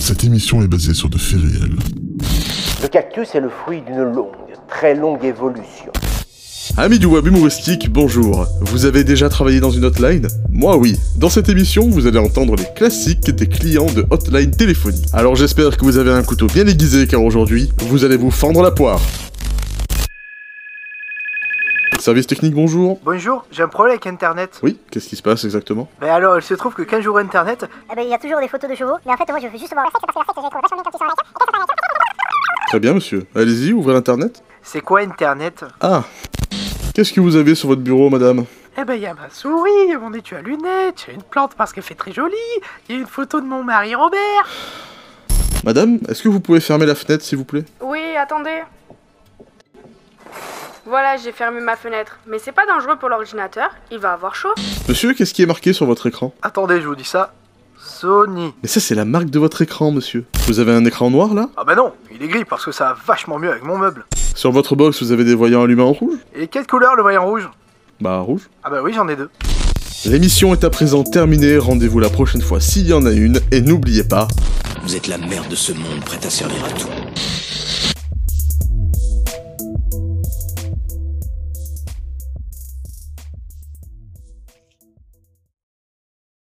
Cette émission est basée sur de faits réels. Le cactus est le fruit d'une longue, très longue évolution. Amis du web humoristique, bonjour. Vous avez déjà travaillé dans une hotline Moi oui. Dans cette émission, vous allez entendre les classiques des clients de hotline téléphonie. Alors j'espère que vous avez un couteau bien aiguisé car aujourd'hui, vous allez vous fendre la poire. Service technique, bonjour. Bonjour, j'ai un problème avec Internet. Oui, qu'est-ce qui se passe exactement Mais alors, il se trouve que quand j'ouvre Internet, Eh ben, il y a toujours des photos de chevaux, mais en fait, moi, je veux juste voir. hein Très bien monsieur. Allez-y, ouvrez l'internet. c'est quoi Internet Ah Qu'est-ce que vous avez sur votre bureau, madame Eh ben, il y a ma souris, il y a mon étui à lunettes, il y a une plante parce qu'elle fait très jolie, il y a une photo de mon mari Robert. Madame, est-ce que vous pouvez fermer la fenêtre s'il vous plaît Oui, attendez. Voilà, j'ai fermé ma fenêtre. Mais c'est pas dangereux pour l'ordinateur, il va avoir chaud. Monsieur, qu'est-ce qui est marqué sur votre écran Attendez, je vous dis ça. Sony. Mais ça, c'est la marque de votre écran, monsieur. Vous avez un écran noir là Ah bah non, il est gris parce que ça va vachement mieux avec mon meuble. Sur votre box, vous avez des voyants allumés en rouge Et quelle couleur le voyant rouge Bah, rouge. Ah bah oui, j'en ai deux. L'émission est à présent terminée. Rendez-vous la prochaine fois s'il y en a une. Et n'oubliez pas, Vous êtes la merde de ce monde, prête à servir à tout.